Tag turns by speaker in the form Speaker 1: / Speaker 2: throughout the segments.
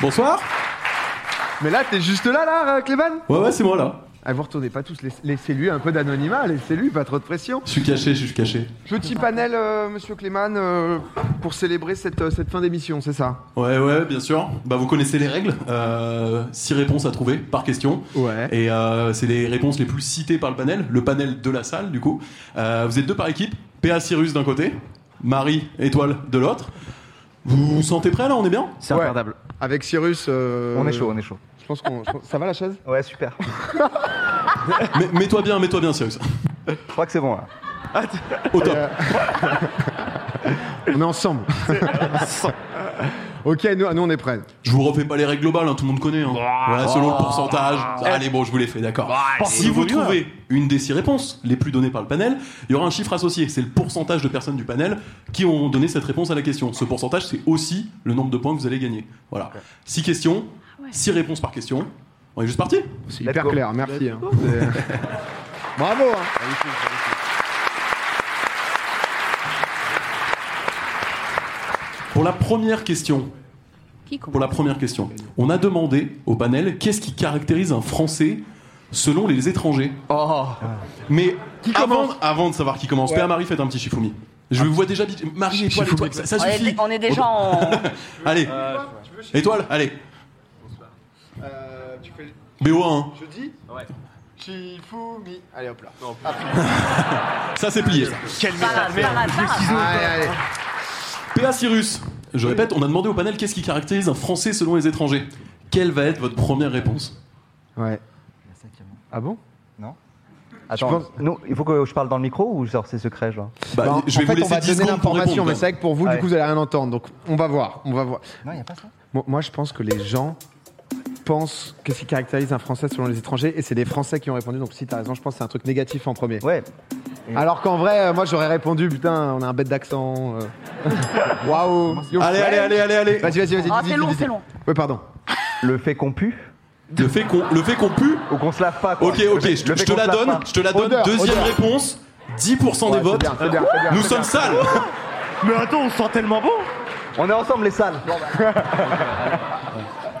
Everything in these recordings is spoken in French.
Speaker 1: Bonsoir.
Speaker 2: Mais là, t'es juste là, là, euh, Cléban
Speaker 1: Ouais, ouais, c'est moi là.
Speaker 2: Ah, vous retournez pas tous, laisse- laissez-lui un peu d'anonymat, laissez-lui, pas trop de pression.
Speaker 1: Je suis caché, je suis caché.
Speaker 2: Petit panel, euh, monsieur Cléman, euh, pour célébrer cette, euh, cette fin d'émission, c'est ça
Speaker 1: Ouais, ouais, bien sûr. Bah, vous connaissez les règles. Euh, six réponses à trouver par question.
Speaker 2: Ouais.
Speaker 1: Et euh, c'est les réponses les plus citées par le panel, le panel de la salle du coup. Euh, vous êtes deux par équipe, PA Cyrus d'un côté, Marie Étoile de l'autre. Vous vous sentez prêt là On est bien
Speaker 3: C'est
Speaker 2: Ouais.
Speaker 3: imperdable.
Speaker 2: Avec Cyrus. euh,
Speaker 3: On est chaud, on est chaud.
Speaker 2: Je pense qu'on. je pense- Ça va la chaise
Speaker 3: Euh, Ouais, super.
Speaker 1: Mais- Mets-toi bien, mets-toi bien Cyrus.
Speaker 3: Je crois que c'est bon là.
Speaker 1: Au top.
Speaker 2: On est ensemble. ok, nous, nous on est prêts.
Speaker 1: Je vous refais pas les règles globales, hein, tout le monde connaît. hein. Voilà, selon le pourcentage. Allez, bon, je vous les fais, d'accord. si vous trouvez une des six réponses les plus données par le panel, il y aura un chiffre associé. C'est le pourcentage de personnes du panel qui ont donné cette réponse à la question. Ce pourcentage, c'est aussi le nombre de points que vous allez gagner. Voilà. Six questions, six réponses par question. On est juste parti
Speaker 2: C'est
Speaker 3: Let's
Speaker 2: hyper
Speaker 3: go.
Speaker 2: clair, merci. hein. C'est- Bravo. hein.
Speaker 1: Pour la première question,
Speaker 4: Qui
Speaker 1: pour la première question, on a demandé au panel qu'est-ce qui caractérise un Français selon les étrangers.
Speaker 3: Oh
Speaker 1: Mais
Speaker 2: Qui
Speaker 1: avant,
Speaker 2: commence
Speaker 1: avant de savoir qui commence, Père Marie, faites un petit chifoumi. Je vous vois déjà. bit- Marie, étoile, étoile, ça, ça
Speaker 4: on,
Speaker 1: suffit.
Speaker 4: est, on est déjà en.
Speaker 1: Allez, étoile, allez.
Speaker 2: Euh, tu fais
Speaker 1: BO1,
Speaker 2: le jeudi Ouais. Chifumi. Allez hop là.
Speaker 1: ça c'est plié.
Speaker 4: Pas mal, pas mal, pas mal.
Speaker 2: Allez, allez.
Speaker 1: PA Cyrus, je répète, on a demandé au panel qu'est-ce qui caractérise un Français selon les étrangers. Quelle va être votre première réponse
Speaker 2: Ouais. Ah bon
Speaker 3: Attends,
Speaker 2: Je pense-
Speaker 3: nous, il faut que je parle dans le micro ou genre c'est secret genre
Speaker 1: Bah,
Speaker 2: Bah,
Speaker 1: Je vais
Speaker 2: en
Speaker 1: vous
Speaker 2: fait, on
Speaker 1: laisser
Speaker 2: va
Speaker 1: 10
Speaker 2: donner
Speaker 1: secondes pour
Speaker 2: l'information,
Speaker 1: répondre.
Speaker 2: mais c'est vrai que pour vous,
Speaker 3: Ouais.
Speaker 2: du coup, vous allez rien entendre. Donc, on va voir, on va voir.
Speaker 3: Non, il n'y a pas ça.
Speaker 2: Moi, moi, je pense que les gens pensent qu'est-ce qui caractérise un Français selon les étrangers, et c'est les Français qui ont répondu. Donc, si t'as raison, je pense que c'est un truc négatif en premier.
Speaker 3: Ouais,
Speaker 2: Alors qu'en vrai, euh, moi, j'aurais répondu, putain, on a un bête d'accent. euh. Waouh. You're
Speaker 1: Allez, allez,
Speaker 2: French.
Speaker 1: allez, allez, allez.
Speaker 2: Vas-y, vas-y, vas-y.
Speaker 4: Ah,
Speaker 2: dis,
Speaker 4: c'est
Speaker 2: dis,
Speaker 4: long,
Speaker 2: dis, dis.
Speaker 4: c'est long.
Speaker 2: Ouais, pardon.
Speaker 3: le fait qu'on pue
Speaker 1: Le fait qu'on le fait qu'on pue.
Speaker 3: ou qu'on se lave pas quoi.
Speaker 1: Ok, ok, je,
Speaker 3: Le
Speaker 1: je
Speaker 3: fait
Speaker 1: te
Speaker 3: qu'on
Speaker 1: la
Speaker 3: se lave
Speaker 1: donne.
Speaker 3: pas.
Speaker 1: Je te la donne.
Speaker 2: Odeur,
Speaker 1: Deuxième
Speaker 2: odeur.
Speaker 1: réponse 10%
Speaker 2: Ouais,
Speaker 1: des
Speaker 2: c'est
Speaker 1: votes.
Speaker 2: bien, c'est bien, c'est bien,
Speaker 1: Nous
Speaker 2: c'est
Speaker 1: sommes
Speaker 2: bien.
Speaker 1: sales.
Speaker 5: Mais attends, on sent tellement bon
Speaker 3: On est ensemble les salles.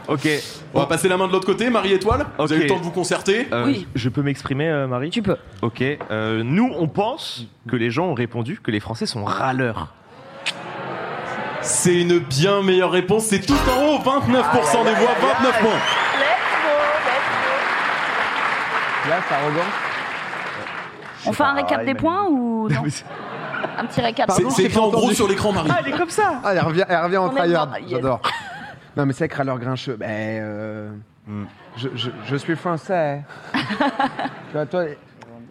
Speaker 5: Ok,
Speaker 1: On va passer la main de l'autre côté, Marie-Étoile. Vous
Speaker 5: Ok.
Speaker 1: avez eu le temps de vous concerter.
Speaker 5: euh,
Speaker 4: Oui.
Speaker 5: je peux m'exprimer, euh, Marie
Speaker 4: Tu peux.
Speaker 5: Ok, euh, nous, on pense que les gens ont répondu que les Français sont râleurs.
Speaker 1: C'est une bien meilleure réponse. C'est tout en haut, 29% des voix, 29 points.
Speaker 3: Là, c'est arrogant.
Speaker 4: On fait un
Speaker 5: Ah,
Speaker 3: pas,
Speaker 4: récap des
Speaker 3: imagine.
Speaker 4: points ou non Un petit récap.
Speaker 1: C'est- C'est écrit en gros sur l'écran, Marie.
Speaker 2: Ah, elle revient, elle revient en
Speaker 4: On est
Speaker 2: tryhard.
Speaker 4: pas- yes.
Speaker 2: J'adore. Non, mais c'est vrai que râleur grincheux. Ben. euh,
Speaker 1: Mm.
Speaker 2: je, je- je suis français. tu vois, toi.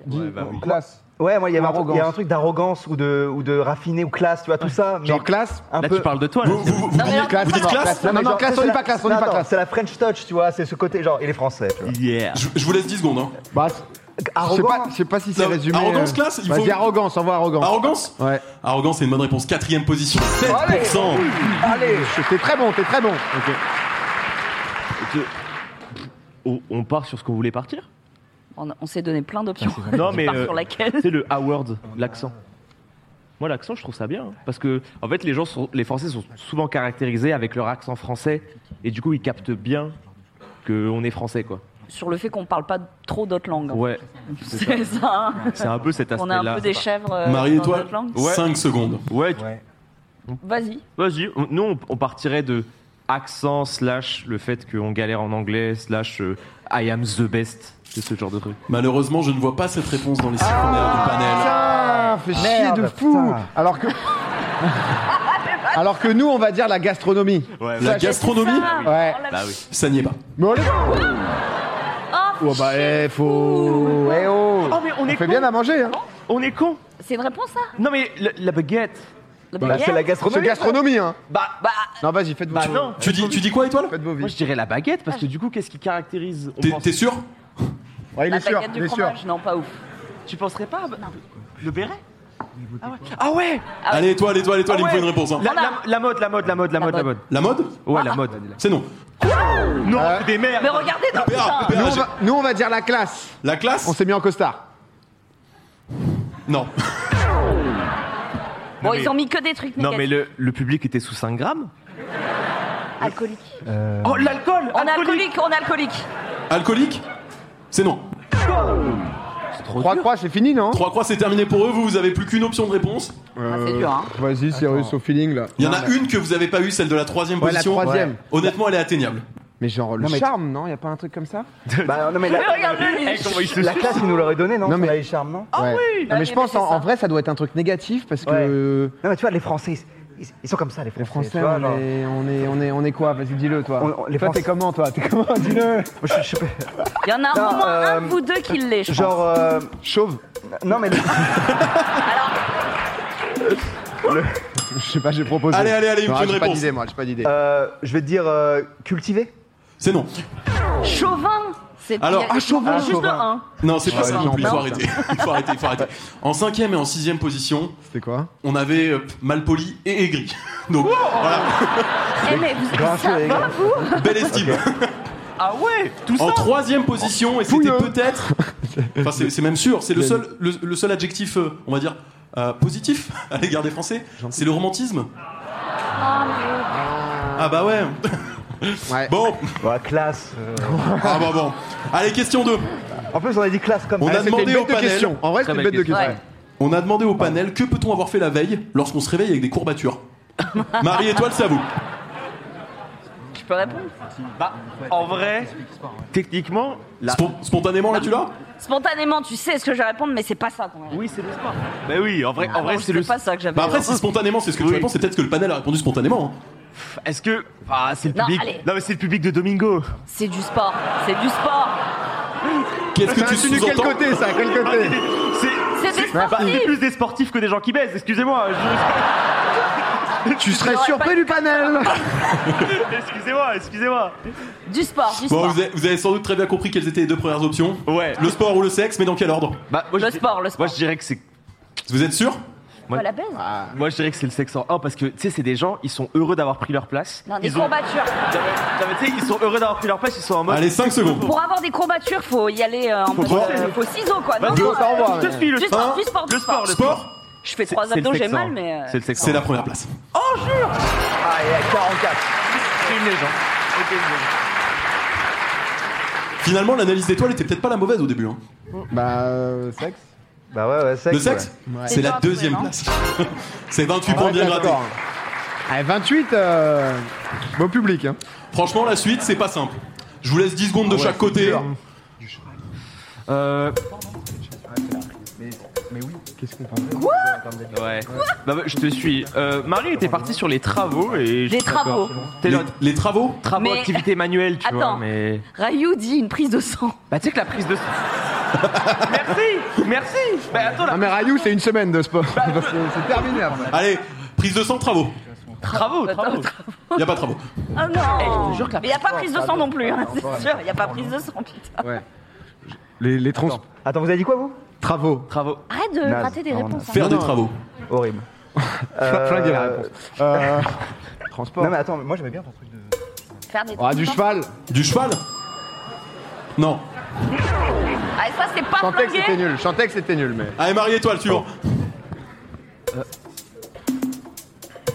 Speaker 2: dis-
Speaker 5: bah
Speaker 2: classe.
Speaker 3: Ouais, moi, il y avait un truc- il y a un
Speaker 2: Arrogance.
Speaker 3: truc d'arrogance ou de, ou de raffiné ou classe, tu vois, tout ça. Mais
Speaker 2: Genre classe
Speaker 3: un
Speaker 5: Là,
Speaker 3: peu.
Speaker 5: tu parles de toi, là.
Speaker 1: Vous, vous- vous
Speaker 4: Non, mais
Speaker 1: dites,
Speaker 4: alors,
Speaker 1: vous dites
Speaker 4: non,
Speaker 1: classe
Speaker 3: Non, mais
Speaker 2: Non, non,
Speaker 3: genre,
Speaker 2: classe,
Speaker 3: ça,
Speaker 2: on
Speaker 3: c'est
Speaker 2: dit
Speaker 3: la-
Speaker 2: pas classe, on dit
Speaker 3: non,
Speaker 2: pas
Speaker 3: attends,
Speaker 2: classe.
Speaker 3: C'est la French touch, tu vois, c'est ce côté, genre, et les Français, tu vois.
Speaker 5: Yeah
Speaker 1: je, je vous laisse 10 secondes. hein.
Speaker 2: Bah, c'est- je sais pas,
Speaker 3: Arrogant.
Speaker 2: je sais pas si c'est
Speaker 1: Non,
Speaker 2: résumé.
Speaker 1: arrogance,
Speaker 2: euh,
Speaker 1: classe, il
Speaker 2: Vas-y,
Speaker 1: faut-
Speaker 2: arrogance, envoie arrogance.
Speaker 1: Arrogance
Speaker 2: Ouais.
Speaker 1: Arrogance, c'est une bonne réponse. Quatrième position, 7%. Eh.
Speaker 3: Allez
Speaker 2: Je- T'es très bon, t'es très bon.
Speaker 5: On, on part sur ce qu'on voulait partir
Speaker 4: On, on s'est donné plein d'options.
Speaker 5: Non,
Speaker 4: Je
Speaker 5: mais,
Speaker 4: pars
Speaker 5: euh,
Speaker 4: sur laquelle
Speaker 5: C'est le Howard, l'accent. Moi, l'accent, je trouve ça bien. hein, Parce que, en fait, les gens sont, les Français sont souvent caractérisés avec leur accent français. Et du coup, ils captent bien qu'on est français, quoi.
Speaker 4: Sur le fait qu'on parle pas trop d'autres langues. hein.
Speaker 5: Ouais,
Speaker 4: C'est ça. hein.
Speaker 5: c'est un peu cet aspect-là.
Speaker 4: On est un peu des chèvres euh, dans
Speaker 1: Marie-Étoile,
Speaker 4: d'autres langues.
Speaker 5: Ouais.
Speaker 1: 5 secondes.
Speaker 5: Ouais,
Speaker 3: Ouais.
Speaker 4: Vas-y.
Speaker 5: Vas-y, on- nous on, on partirait de accent slash le fait qu'on galère en anglais slash euh, I am the best, c'est ce genre de truc.
Speaker 1: Malheureusement, je ne vois pas cette réponse dans les six
Speaker 2: Ah,
Speaker 1: premières du panel. Ah,
Speaker 2: Putain, fait Ah, chier
Speaker 3: Merde,
Speaker 2: de fou.
Speaker 3: putain.
Speaker 2: Alors que. Alors que nous, on va dire la gastronomie.
Speaker 1: La gastronomie,
Speaker 2: Ouais.
Speaker 5: Bah
Speaker 1: ça n'y est pas.
Speaker 2: Mais on est. Oh bah, eh, faut. Eh oh.
Speaker 5: Oh mais on est
Speaker 2: On fait
Speaker 5: con
Speaker 2: bien à manger, hein.
Speaker 5: On est con
Speaker 4: C'est une réponse, ça
Speaker 5: Non mais la, la baguette
Speaker 4: La
Speaker 3: Bah,
Speaker 4: baguette
Speaker 3: c'est la
Speaker 2: C'est
Speaker 3: gastronomie.
Speaker 2: gastronomie, hein.
Speaker 5: Bah,
Speaker 4: Bah,
Speaker 2: Non, vas-y, faites vos
Speaker 5: bah non
Speaker 1: Tu dis, tu dis quoi, Étoile
Speaker 2: Faites vos
Speaker 5: Moi je
Speaker 2: vies.
Speaker 5: dirais la baguette parce que du coup qu'est-ce qui caractérise on
Speaker 1: T'es
Speaker 5: pense-
Speaker 1: t'es sûr
Speaker 2: Ouais, il
Speaker 4: la
Speaker 2: est sûr,
Speaker 4: baguette
Speaker 2: il
Speaker 4: du
Speaker 2: est sûr.
Speaker 4: fromage. Non, pas ouf.
Speaker 5: Tu penserais pas bah, Le béret ah ouais. ah ouais
Speaker 4: Ah ouais.
Speaker 1: Allez, Étoile, Étoile, Étoile, il me
Speaker 5: ouais.
Speaker 1: faut une réponse. hein.
Speaker 5: la, la- la mode, la mode, la mode, la mode, la
Speaker 4: mode.
Speaker 5: mode. Ah.
Speaker 1: La mode
Speaker 5: Ouais, la mode.
Speaker 1: C'est non.
Speaker 5: Non, c'est des merdes
Speaker 4: Mais regardez,
Speaker 5: Ah,
Speaker 4: non,
Speaker 1: PA,
Speaker 4: putain.
Speaker 2: Nous,
Speaker 1: PA,
Speaker 2: on
Speaker 1: j'ai-
Speaker 2: va, nous, on va dire la classe.
Speaker 1: La classe
Speaker 2: On s'est mis en costard.
Speaker 1: Non.
Speaker 4: Bon,
Speaker 5: mais-
Speaker 4: ils ont mis que des trucs
Speaker 5: Non mais
Speaker 4: négatifs.
Speaker 5: le, le public était sous 5 grammes
Speaker 4: Alcoolique.
Speaker 3: Euh,
Speaker 5: Oh, l'alcool
Speaker 4: On est alcoolique, on est alcoolique.
Speaker 1: Alcoolique C'est non.
Speaker 5: C'est trop dur.
Speaker 2: 3-3, c'est fini, non
Speaker 1: Trois croix, c'est terminé pour eux. Vous, vous avez plus qu'une option de réponse.
Speaker 4: Ah, c'est dur, hein.
Speaker 2: Euh, Vas-y, Cyrus, au feeling, là.
Speaker 1: Il y en a une que vous avez pas eu, celle de la troisième
Speaker 2: Ouais, la
Speaker 1: position.
Speaker 2: troisième.
Speaker 1: Honnêtement, elle est atteignable.
Speaker 2: Mais genre, le
Speaker 3: Non, mais-
Speaker 2: charme, non Y a pas un truc comme ça
Speaker 3: Bah, non, mais la,
Speaker 5: Eh, comment il se
Speaker 3: la classe, ils nous l'auraient donné, non
Speaker 2: Non, mais-
Speaker 3: mais... les charmes, non
Speaker 2: Ah oui Non, mais
Speaker 4: Ouais,
Speaker 2: je
Speaker 4: mais
Speaker 2: pense,
Speaker 4: c'est
Speaker 2: en,
Speaker 4: ça.
Speaker 2: en vrai, ça doit être un truc négatif, parce que...
Speaker 3: Ouais.
Speaker 2: euh,
Speaker 3: Non, mais tu vois, les Français, ils, ils sont comme ça, les Français.
Speaker 2: Les
Speaker 3: tu
Speaker 2: Français,
Speaker 3: vois,
Speaker 2: on,
Speaker 3: genre.
Speaker 2: est, on, est, on, est, on est quoi Vas-y, dis-le, toi.
Speaker 3: On- on- les
Speaker 2: toi,
Speaker 3: Français-
Speaker 2: t'es comment, toi T'es comment Dis-le
Speaker 3: Moi, je suis- je-
Speaker 4: Il y en a un,
Speaker 3: Non,
Speaker 4: au moins un de
Speaker 3: euh,
Speaker 4: vous deux qui l'est, je
Speaker 3: Genre. euh,
Speaker 2: Chauve
Speaker 3: Non, mais.
Speaker 2: Je sais pas, j'ai proposé.
Speaker 1: Allez, allez, allez, il me
Speaker 2: Non,
Speaker 1: faut une
Speaker 2: J'ai pas
Speaker 1: réponse.
Speaker 2: d'idée, moi, j'ai pas d'idée.
Speaker 3: euh, je vais te dire euh, cultivé.
Speaker 1: C'est non.
Speaker 4: pense. Chauvin c'est
Speaker 1: Alors,
Speaker 4: il y a-
Speaker 1: ah, Chauvin,
Speaker 4: il y a juste
Speaker 3: Chauvin.
Speaker 4: le 1.
Speaker 1: Non, c'est pas
Speaker 4: Ouais,
Speaker 1: ça
Speaker 4: non,
Speaker 1: non plus. Il
Speaker 4: non.
Speaker 1: faut arrêter. Il faut arrêter. Il faut arrêter. En cinquième et en sixième position,
Speaker 2: C'était quoi
Speaker 1: on avait euh, Malpoli et Aigri. Donc, voilà,
Speaker 4: Eh mais vous
Speaker 3: Grand
Speaker 4: ça
Speaker 3: jeu, les
Speaker 4: va, vous
Speaker 1: belle estime.
Speaker 5: Ah ouais Tout
Speaker 1: En
Speaker 5: ça
Speaker 1: troisième position, et c'était
Speaker 2: Fouilleux.
Speaker 1: peut-être. Enfin, c'est c'est même sûr, c'est le seul, le, le seul adjectif, euh, on va dire, euh, positif à l'égard des Français, c'est le romantisme. Ah bah ouais.
Speaker 2: Ouais.
Speaker 1: Bon,
Speaker 3: Ouais, classe. euh.
Speaker 1: ah bah bon. Allez, question 2.
Speaker 3: En plus, on a dit classe comme
Speaker 1: On
Speaker 3: ça.
Speaker 1: a
Speaker 2: C'était une
Speaker 1: demandé
Speaker 2: bête
Speaker 1: au
Speaker 2: de
Speaker 1: panel.
Speaker 2: question. En vrai,
Speaker 5: Très
Speaker 2: c'était une
Speaker 5: belle
Speaker 2: bête de
Speaker 5: question.
Speaker 2: question.
Speaker 4: Ouais.
Speaker 1: On a demandé au panel que peut-on avoir fait la veille lorsqu'on se réveille avec des courbatures Marie et toi, le savou.
Speaker 4: Je peux répondre
Speaker 5: Bah, en vrai, techniquement, la...
Speaker 1: Spon- spontanément, là, tu l'as Bah
Speaker 4: Spontanément, tu sais ce que je vais répondre, mais c'est pas ça quand même.
Speaker 5: Oui, c'est le sport. Bah oui, en vrai,
Speaker 4: Ah
Speaker 5: en vrai
Speaker 4: bon,
Speaker 5: c'est le
Speaker 4: pas ça que j'avais.
Speaker 1: Bah après, si spontanément, c'est ce que tu
Speaker 5: Oui.
Speaker 1: réponds, c'est peut-être que le panel a répondu spontanément. hein.
Speaker 5: Est-ce que. Ah, c'est le
Speaker 4: Non,
Speaker 5: public.
Speaker 4: allez.
Speaker 5: mais c'est le public de Domingo.
Speaker 4: C'est du sport, c'est du sport.
Speaker 1: Qu'est-ce que
Speaker 2: Ça
Speaker 1: tu
Speaker 2: insinue quel
Speaker 1: sous-entends
Speaker 2: côté, ça Quel côté
Speaker 5: C'est.
Speaker 4: C'est des
Speaker 5: bah, c'est
Speaker 4: sportifs.
Speaker 5: plus des sportifs que des gens qui baissent, excusez-moi. je-
Speaker 2: Tu serais
Speaker 4: J'aurais
Speaker 2: surpris
Speaker 4: pas-
Speaker 2: du panel
Speaker 5: Excusez-moi, excusez-moi.
Speaker 4: Du sport,
Speaker 1: Bon,
Speaker 4: du sport.
Speaker 1: vous avez, vous avez sans doute très bien compris quelles étaient les deux premières options.
Speaker 5: Ouais.
Speaker 1: Le sport ou le sexe, mais dans quel ordre
Speaker 5: Bah, moi,
Speaker 4: Le
Speaker 5: je-
Speaker 4: sport, le sport.
Speaker 5: Moi, je dirais que c'est.
Speaker 1: Vous êtes sûr
Speaker 4: Pas la baise
Speaker 5: Moi, je dirais que c'est le sexe en 1 parce que, tu sais, c'est des gens, ils sont heureux d'avoir pris leur place.
Speaker 4: Non, des
Speaker 5: ils ont-
Speaker 4: courbatures.
Speaker 5: Non, mais- non, mais tu sais, ils sont heureux d'avoir pris leur place, ils sont en mode.
Speaker 1: Allez, 5 secondes.
Speaker 4: Pour avoir des courbatures, faut y aller euh, en
Speaker 5: Faut
Speaker 4: mode,
Speaker 5: trois.
Speaker 4: euh, faut ciseaux quoi.
Speaker 5: Vas-y,
Speaker 4: Non,
Speaker 5: on
Speaker 4: non,
Speaker 5: s'en
Speaker 4: euh,
Speaker 5: revoit,
Speaker 2: ouais.
Speaker 5: Je te suis le
Speaker 4: Du
Speaker 5: sport.
Speaker 4: sport, du sport, du
Speaker 5: Le sport,
Speaker 4: sport.
Speaker 5: le
Speaker 1: Sport
Speaker 4: Je fais
Speaker 5: C'est-
Speaker 4: trois
Speaker 5: c'est le
Speaker 4: abdos, j'ai
Speaker 5: sexe en un.
Speaker 4: mal, mais. euh,
Speaker 5: C'est le sexe en
Speaker 1: C'est
Speaker 5: un.
Speaker 1: la première place.
Speaker 3: Ah, il y a 44.
Speaker 5: C'est une légende. C'est une légende.
Speaker 1: Finalement, l'analyse d'étoiles était peut-être pas la mauvaise au début. hein.
Speaker 2: Bah, euh, sexe
Speaker 3: Bah ouais, ouais, sexe.
Speaker 1: Le sexe
Speaker 2: Ouais.
Speaker 1: C'est la
Speaker 4: C'est dur à
Speaker 1: deuxième
Speaker 4: trouver,
Speaker 1: place. C'est 28
Speaker 2: Ouais,
Speaker 1: points bien grattés.
Speaker 2: Ah, d'accord. Allez, 28, euh, beau public. Hein.
Speaker 1: Franchement, la suite, c'est pas simple. Je vous laisse 10 secondes
Speaker 2: Ah
Speaker 1: de chaque côté.
Speaker 5: Euh.
Speaker 2: Mais oui, qu'est-ce qu'on parle
Speaker 5: Ouais. Bah, bah, je te suis. Euh, Marie était partie sur les travaux et.
Speaker 4: Des travaux.
Speaker 5: T'es
Speaker 1: Les,
Speaker 5: là,
Speaker 1: les travaux
Speaker 5: travaux,
Speaker 4: Mais-
Speaker 5: activité manuelle, tu vois,
Speaker 4: Attends.
Speaker 5: mais.
Speaker 4: Rayou dit une prise de sang.
Speaker 5: Bah, tu sais que la prise de. merci Merci Bah, attends,
Speaker 2: Ah,
Speaker 5: la
Speaker 2: mais Rayou, c'est une semaine de sport. Parce que c'est terminé hein. après.
Speaker 1: Allez, prise de sang, travaux.
Speaker 5: travaux, travaux.
Speaker 1: Il a pas de travaux.
Speaker 4: Oh non
Speaker 5: jure que la
Speaker 4: Mais y a pas prise de sang non plus, hein, c'est sûr. Y a pas prise de sang, putain.
Speaker 2: Ouais. Les, les trans...
Speaker 3: Attends, vous avez dit quoi, vous
Speaker 2: travaux.
Speaker 5: Travaux.
Speaker 4: Arrête de
Speaker 3: Naze.
Speaker 4: rater des
Speaker 3: Non,
Speaker 4: réponses. hein.
Speaker 1: Faire des
Speaker 2: non.
Speaker 1: travaux.
Speaker 3: Horrible.
Speaker 2: Fla-
Speaker 3: Euh,
Speaker 2: Flinguer la réponse. Euh, transport.
Speaker 3: Non, mais attends, mais moi j'aimais bien ton truc de.
Speaker 4: Faire des
Speaker 2: Ah, du cheval.
Speaker 1: Du cheval Non.
Speaker 4: Ah, ça, c'est pas
Speaker 2: Chantais que c'était
Speaker 4: flingué.
Speaker 2: nul. Chantais que c'était nul, mais.
Speaker 1: Allez, Marie, étoile, suivant.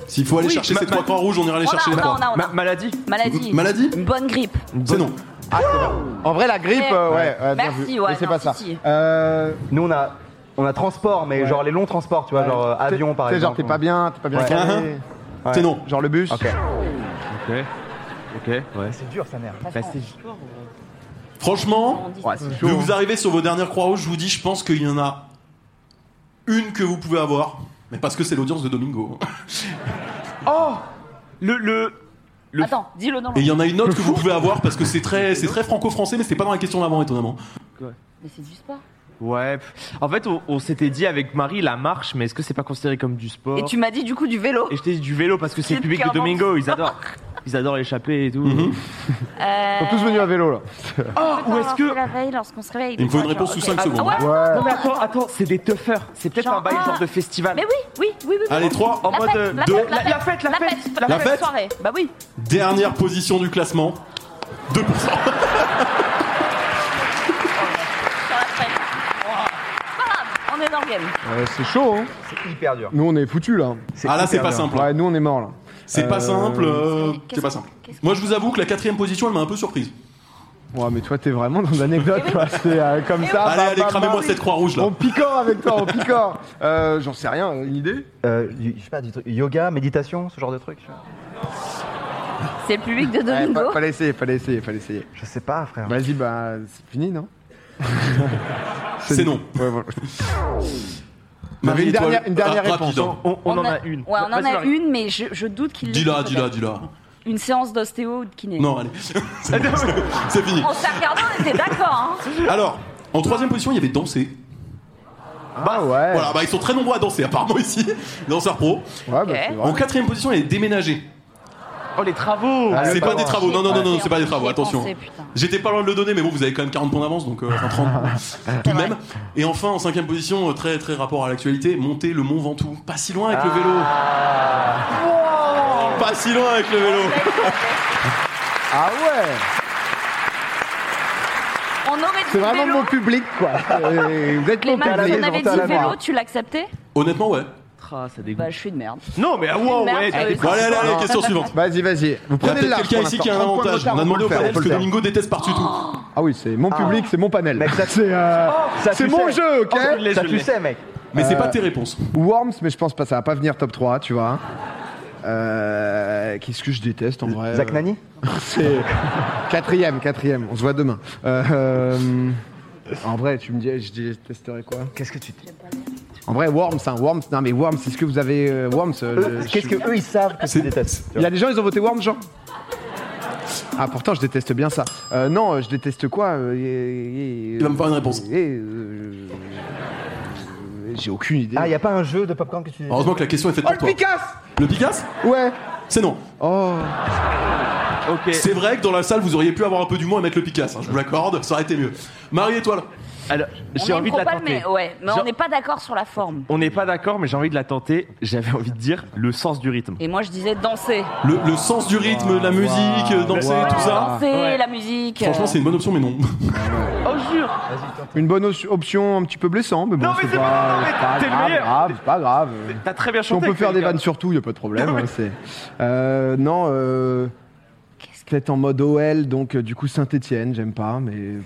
Speaker 1: S'il faut aller
Speaker 5: Euh. Oui,
Speaker 1: chercher
Speaker 5: ma- Oh
Speaker 1: ces
Speaker 5: ma-
Speaker 1: trois points rouges, on ira les
Speaker 4: On
Speaker 1: chercher les
Speaker 4: a, on
Speaker 1: trois.
Speaker 4: a, on a, on
Speaker 5: Ma-
Speaker 4: a.
Speaker 5: maladie.
Speaker 4: Maladie.
Speaker 1: Maladie
Speaker 4: Une bonne grippe.
Speaker 1: C'est non.
Speaker 2: En vrai, la grippe,
Speaker 4: Mais-
Speaker 2: euh, ouais, euh, bien
Speaker 4: Merci,
Speaker 2: vu.
Speaker 4: ouais,
Speaker 2: Mais c'est
Speaker 4: non,
Speaker 2: pas
Speaker 4: si,
Speaker 2: ça.
Speaker 4: si.
Speaker 2: Euh,
Speaker 3: Nous, on a, on a transport, mais genre les longs transports, tu vois, genre euh,
Speaker 2: t'es-
Speaker 3: avion par
Speaker 2: t'es Genre,
Speaker 3: exemple.
Speaker 2: t'es pas bien, t'es pas bien
Speaker 3: Ouais.
Speaker 2: calé.
Speaker 3: Ouais.
Speaker 1: C'est non.
Speaker 2: Genre le bus.
Speaker 3: Ok.
Speaker 5: Ok. Ok, ouais.
Speaker 3: C'est dur, sa mère.
Speaker 5: Bah, c'est.
Speaker 1: Franchement,
Speaker 4: On dit-
Speaker 2: Ouais, c'est
Speaker 1: Vu que
Speaker 2: chaud.
Speaker 1: vous arrivez sur vos dernières croix rouges, je vous dis, je pense qu'il y en a une que vous pouvez avoir. Mais parce que c'est l'audience de Domingo.
Speaker 5: Oh Le. le... Le-
Speaker 4: Attends, dis-le dans
Speaker 1: Et
Speaker 4: le.
Speaker 1: il y en a une autre que vous pouvez avoir parce que c'est très, c'est très franco-français, mais c'était pas dans la question d'avant, étonnamment.
Speaker 4: Mais c'est du sport.
Speaker 5: Ouais. En fait, on, on s'était dit avec Marie la marche, mais est-ce que c'est pas considéré comme du sport
Speaker 4: Et tu m'as dit du coup du vélo.
Speaker 5: Et je t'ai dit du vélo parce que c'est le
Speaker 4: C'est
Speaker 5: public de
Speaker 4: clairement-
Speaker 5: Domingo, ils adorent. Ils adorent l'échapper et tout.
Speaker 4: Euh,
Speaker 2: Ils sont tous venus à vélo là.
Speaker 5: Oh, ou est-ce
Speaker 4: avoir
Speaker 5: que.
Speaker 4: fait la veille lorsqu'on Euh, se réveille.
Speaker 1: Il me faut une
Speaker 4: Genre,
Speaker 1: réponse
Speaker 4: ok.
Speaker 1: sous 5
Speaker 4: Ah,
Speaker 1: secondes.
Speaker 4: ouais
Speaker 5: Non mais attends, attends, c'est des teufers. C'est peut-être
Speaker 4: Genre,
Speaker 5: un bail
Speaker 4: ah.
Speaker 5: genre de festival.
Speaker 4: Mais oui, oui, oui, oui. oui.
Speaker 1: Allez, 3.
Speaker 5: En
Speaker 4: La
Speaker 5: mode
Speaker 4: fête,
Speaker 5: euh,
Speaker 4: la
Speaker 5: de-
Speaker 4: fête, la
Speaker 5: la
Speaker 4: fête,
Speaker 5: fête, la fête, la
Speaker 1: La fête.
Speaker 4: soirée. Bah oui.
Speaker 1: Dernière position du classement. 2%.
Speaker 4: Sur la fête. Voilà, on un énorme game.
Speaker 2: Euh, c'est chaud, hein.
Speaker 3: C'est hyper dur.
Speaker 2: Nous, on est foutus, là.
Speaker 1: Ah là,
Speaker 3: hyper
Speaker 1: c'est pas
Speaker 3: dur.
Speaker 1: simple.
Speaker 2: Ouais, nous, on est morts, là.
Speaker 1: C'est pas
Speaker 2: Euh,
Speaker 1: simple. euh,
Speaker 4: qu'est-ce
Speaker 1: C'est pas
Speaker 4: que-
Speaker 1: simple.
Speaker 4: qu'est-ce que-
Speaker 1: Moi, je vous avoue que la quatrième position, elle m'a un peu surprise.
Speaker 2: Ouais, mais toi, t'es vraiment dans l'anecdote, quoi. C'est euh, comme ça.
Speaker 1: Allez,
Speaker 2: bam,
Speaker 1: allez,
Speaker 2: bam,
Speaker 1: cramez-moi
Speaker 2: bam.
Speaker 1: cette croix rouge là.
Speaker 2: On picore avec toi, on picore. Euh, J'en sais rien, une idée
Speaker 3: Euh, du- je sais pas, du truc- yoga, méditation, ce genre de truc. tu vois.
Speaker 4: C'est le public de
Speaker 2: Ouais,
Speaker 4: Domingo.
Speaker 2: fa- Fallait essayer, fallait essayer, fallait essayer.
Speaker 3: Je sais pas, frère.
Speaker 2: Vas-y, bah, c'est fini, non
Speaker 1: C'est non.
Speaker 2: Ouais, voilà.
Speaker 1: Marie,
Speaker 2: une
Speaker 1: toi,
Speaker 2: dernière- une dernière
Speaker 1: ah,
Speaker 2: réponse,
Speaker 1: rapide.
Speaker 5: On, on- on en a, une.
Speaker 4: Ouais, on en
Speaker 5: Vas-y,
Speaker 4: a
Speaker 5: Marie.
Speaker 4: une, mais je, je doute
Speaker 2: hein.
Speaker 4: qu'il l'ait
Speaker 1: Dis-la,
Speaker 4: fait,
Speaker 1: dis-la,
Speaker 4: peut-être.
Speaker 1: dis-la.
Speaker 4: Une séance d'ostéo ou de kiné.
Speaker 1: Non, allez. C'est bon, C'est fini.
Speaker 4: On s'est regardé, on était d'accord. Hein.
Speaker 1: Alors, en troisième position, il y avait danser.
Speaker 2: Bah ouais.
Speaker 1: Voilà, bah ils sont très nombreux à danser, apparemment ici. Danseurs pro.
Speaker 2: Ouais, bah,
Speaker 4: Ok.
Speaker 2: c'est vrai.
Speaker 1: En quatrième position, il y avait déménager.
Speaker 5: Oh, les travaux
Speaker 2: Ah,
Speaker 1: C'est
Speaker 2: pas
Speaker 1: pas des
Speaker 2: loin.
Speaker 1: travaux. Non, non, non,
Speaker 4: J'y ai
Speaker 1: non, c'est pas des
Speaker 4: pensé,
Speaker 1: travaux.
Speaker 4: j'y ai
Speaker 1: Attention.
Speaker 4: pensé, putain.
Speaker 1: J'étais pas loin de le donner, mais bon, vous avez quand même 40 points d'avance, donc euh, enfin 30 tout de même. Et enfin, en cinquième position, euh, très très rapport à l'actualité, monter le Mont Ventoux. Pas si loin avec le vélo. Pas si loin avec le vélo.
Speaker 2: Ah ouais.
Speaker 4: On aurait dit
Speaker 2: C'est vraiment
Speaker 4: vélo.
Speaker 2: mon public, quoi. Euh, Vous êtes mon
Speaker 4: Clément,
Speaker 2: public.
Speaker 4: si on avait
Speaker 2: j'entends
Speaker 4: dit
Speaker 2: la
Speaker 4: vélo,
Speaker 2: voix.
Speaker 4: tu l'acceptais
Speaker 1: Honnêtement, ouais.
Speaker 5: Ah, ça dégoûte.
Speaker 4: Bah, je suis de merde.
Speaker 5: Non, mais ah, wow,
Speaker 4: Merde,
Speaker 5: ouais,
Speaker 4: ça
Speaker 5: t'as
Speaker 4: veut
Speaker 5: des
Speaker 4: dire-
Speaker 1: Bon, allez, allez, allez, question suivante.
Speaker 2: Vas-y, vas-y. Vous
Speaker 1: Il y a
Speaker 2: prenez le
Speaker 1: peut-être
Speaker 2: large.
Speaker 1: quelqu'un
Speaker 2: pour
Speaker 1: ici
Speaker 2: l'instant.
Speaker 1: qui a un
Speaker 2: 30 points de
Speaker 1: avantage.
Speaker 2: retard,
Speaker 1: On a demandé
Speaker 2: peut
Speaker 1: au
Speaker 2: le faire,
Speaker 1: panel ce
Speaker 2: peut
Speaker 1: que
Speaker 2: le faire.
Speaker 1: Domingo déteste par-dessus tout.
Speaker 2: Ah oui, c'est mon public, c'est mon panel.
Speaker 3: Mec, ça-
Speaker 2: c'est euh,
Speaker 3: ça,
Speaker 2: c'est
Speaker 3: tu
Speaker 2: mon
Speaker 3: sais.
Speaker 2: jeu, ok
Speaker 5: Oh, laisse-
Speaker 3: Ça,
Speaker 5: Je
Speaker 3: tu
Speaker 5: l'ai.
Speaker 3: sais, mec.
Speaker 1: Mais
Speaker 5: Euh.
Speaker 1: c'est pas tes réponses.
Speaker 2: Worms, mais je pense pas, ça va pas venir top 3, tu vois. Euh, Qu'est-ce que je déteste en vrai
Speaker 3: Zach
Speaker 2: euh,
Speaker 3: Nani
Speaker 2: C'est quatrième, quatrième. On se voit demain. Euh, euh, en vrai, tu me dis, je détesterais quoi
Speaker 3: Qu'est-ce que tu
Speaker 2: En vrai, Worms, hein, Worms. Non mais Worms, est-ce que vous avez euh, Worms euh,
Speaker 3: Eux,
Speaker 2: je-
Speaker 3: Qu'est-ce que eux ils savent que
Speaker 1: C'est-
Speaker 3: tu détestes tu
Speaker 2: Il y
Speaker 3: vois.
Speaker 2: a des gens, ils ont voté Worms, Jean Ah pourtant, je déteste bien ça. Euh, non, euh, je déteste quoi Euh, et- et-
Speaker 1: Il va me faire une réponse.
Speaker 2: et- euh, J'ai aucune idée.
Speaker 3: Ah, il y a pas un jeu de popcorn que tu détestes
Speaker 1: Heureusement que la question est faite
Speaker 2: Oh
Speaker 1: pour
Speaker 2: le
Speaker 1: toi.
Speaker 2: Picasse
Speaker 1: Le Picasse
Speaker 2: Ouais.
Speaker 1: C'est non.
Speaker 2: Oh.
Speaker 5: Ok.
Speaker 1: C'est vrai que dans la salle, vous auriez pu avoir un peu d'humour et mettre le Picasse. hein, je vous l'accorde, ça aurait été mieux. Marie Étoile,
Speaker 5: Alors, j'ai
Speaker 4: On
Speaker 5: envie
Speaker 4: aime trop
Speaker 5: de la
Speaker 4: pas le
Speaker 5: tenter.
Speaker 4: mais, ouais, mais
Speaker 5: J'ai-
Speaker 4: on n'est pas d'accord sur la forme.
Speaker 5: On n'est pas d'accord, mais j'ai envie de la tenter. J'avais envie de dire le sens du rythme.
Speaker 4: Et moi, je disais danser.
Speaker 1: le, le sens du rythme, la musique, euh, danser,
Speaker 2: Waouh.
Speaker 1: tout ça.
Speaker 4: Danser,
Speaker 5: Ah, Ouais.
Speaker 4: la musique.
Speaker 1: Franchement,
Speaker 4: euh,
Speaker 1: c'est une bonne option, mais non.
Speaker 5: Oh, jure
Speaker 2: Une bonne os- option, un petit peu blessant, mais bon,
Speaker 5: Non, mais
Speaker 2: c'est
Speaker 5: c'est
Speaker 2: pas,
Speaker 5: pas- non, mais
Speaker 2: c'est pas
Speaker 5: t'es le
Speaker 2: grave,
Speaker 5: meilleur.
Speaker 2: grave, c'est pas grave.
Speaker 5: T'as très bien
Speaker 2: Si on
Speaker 5: chanté.
Speaker 2: peut faire des
Speaker 5: Clément.
Speaker 2: vannes sur tout, y a pas de problème. hein, c'est euh, non, euh, peut-être en mode OL, donc euh, du coup Saint-Étienne, j'aime pas, mais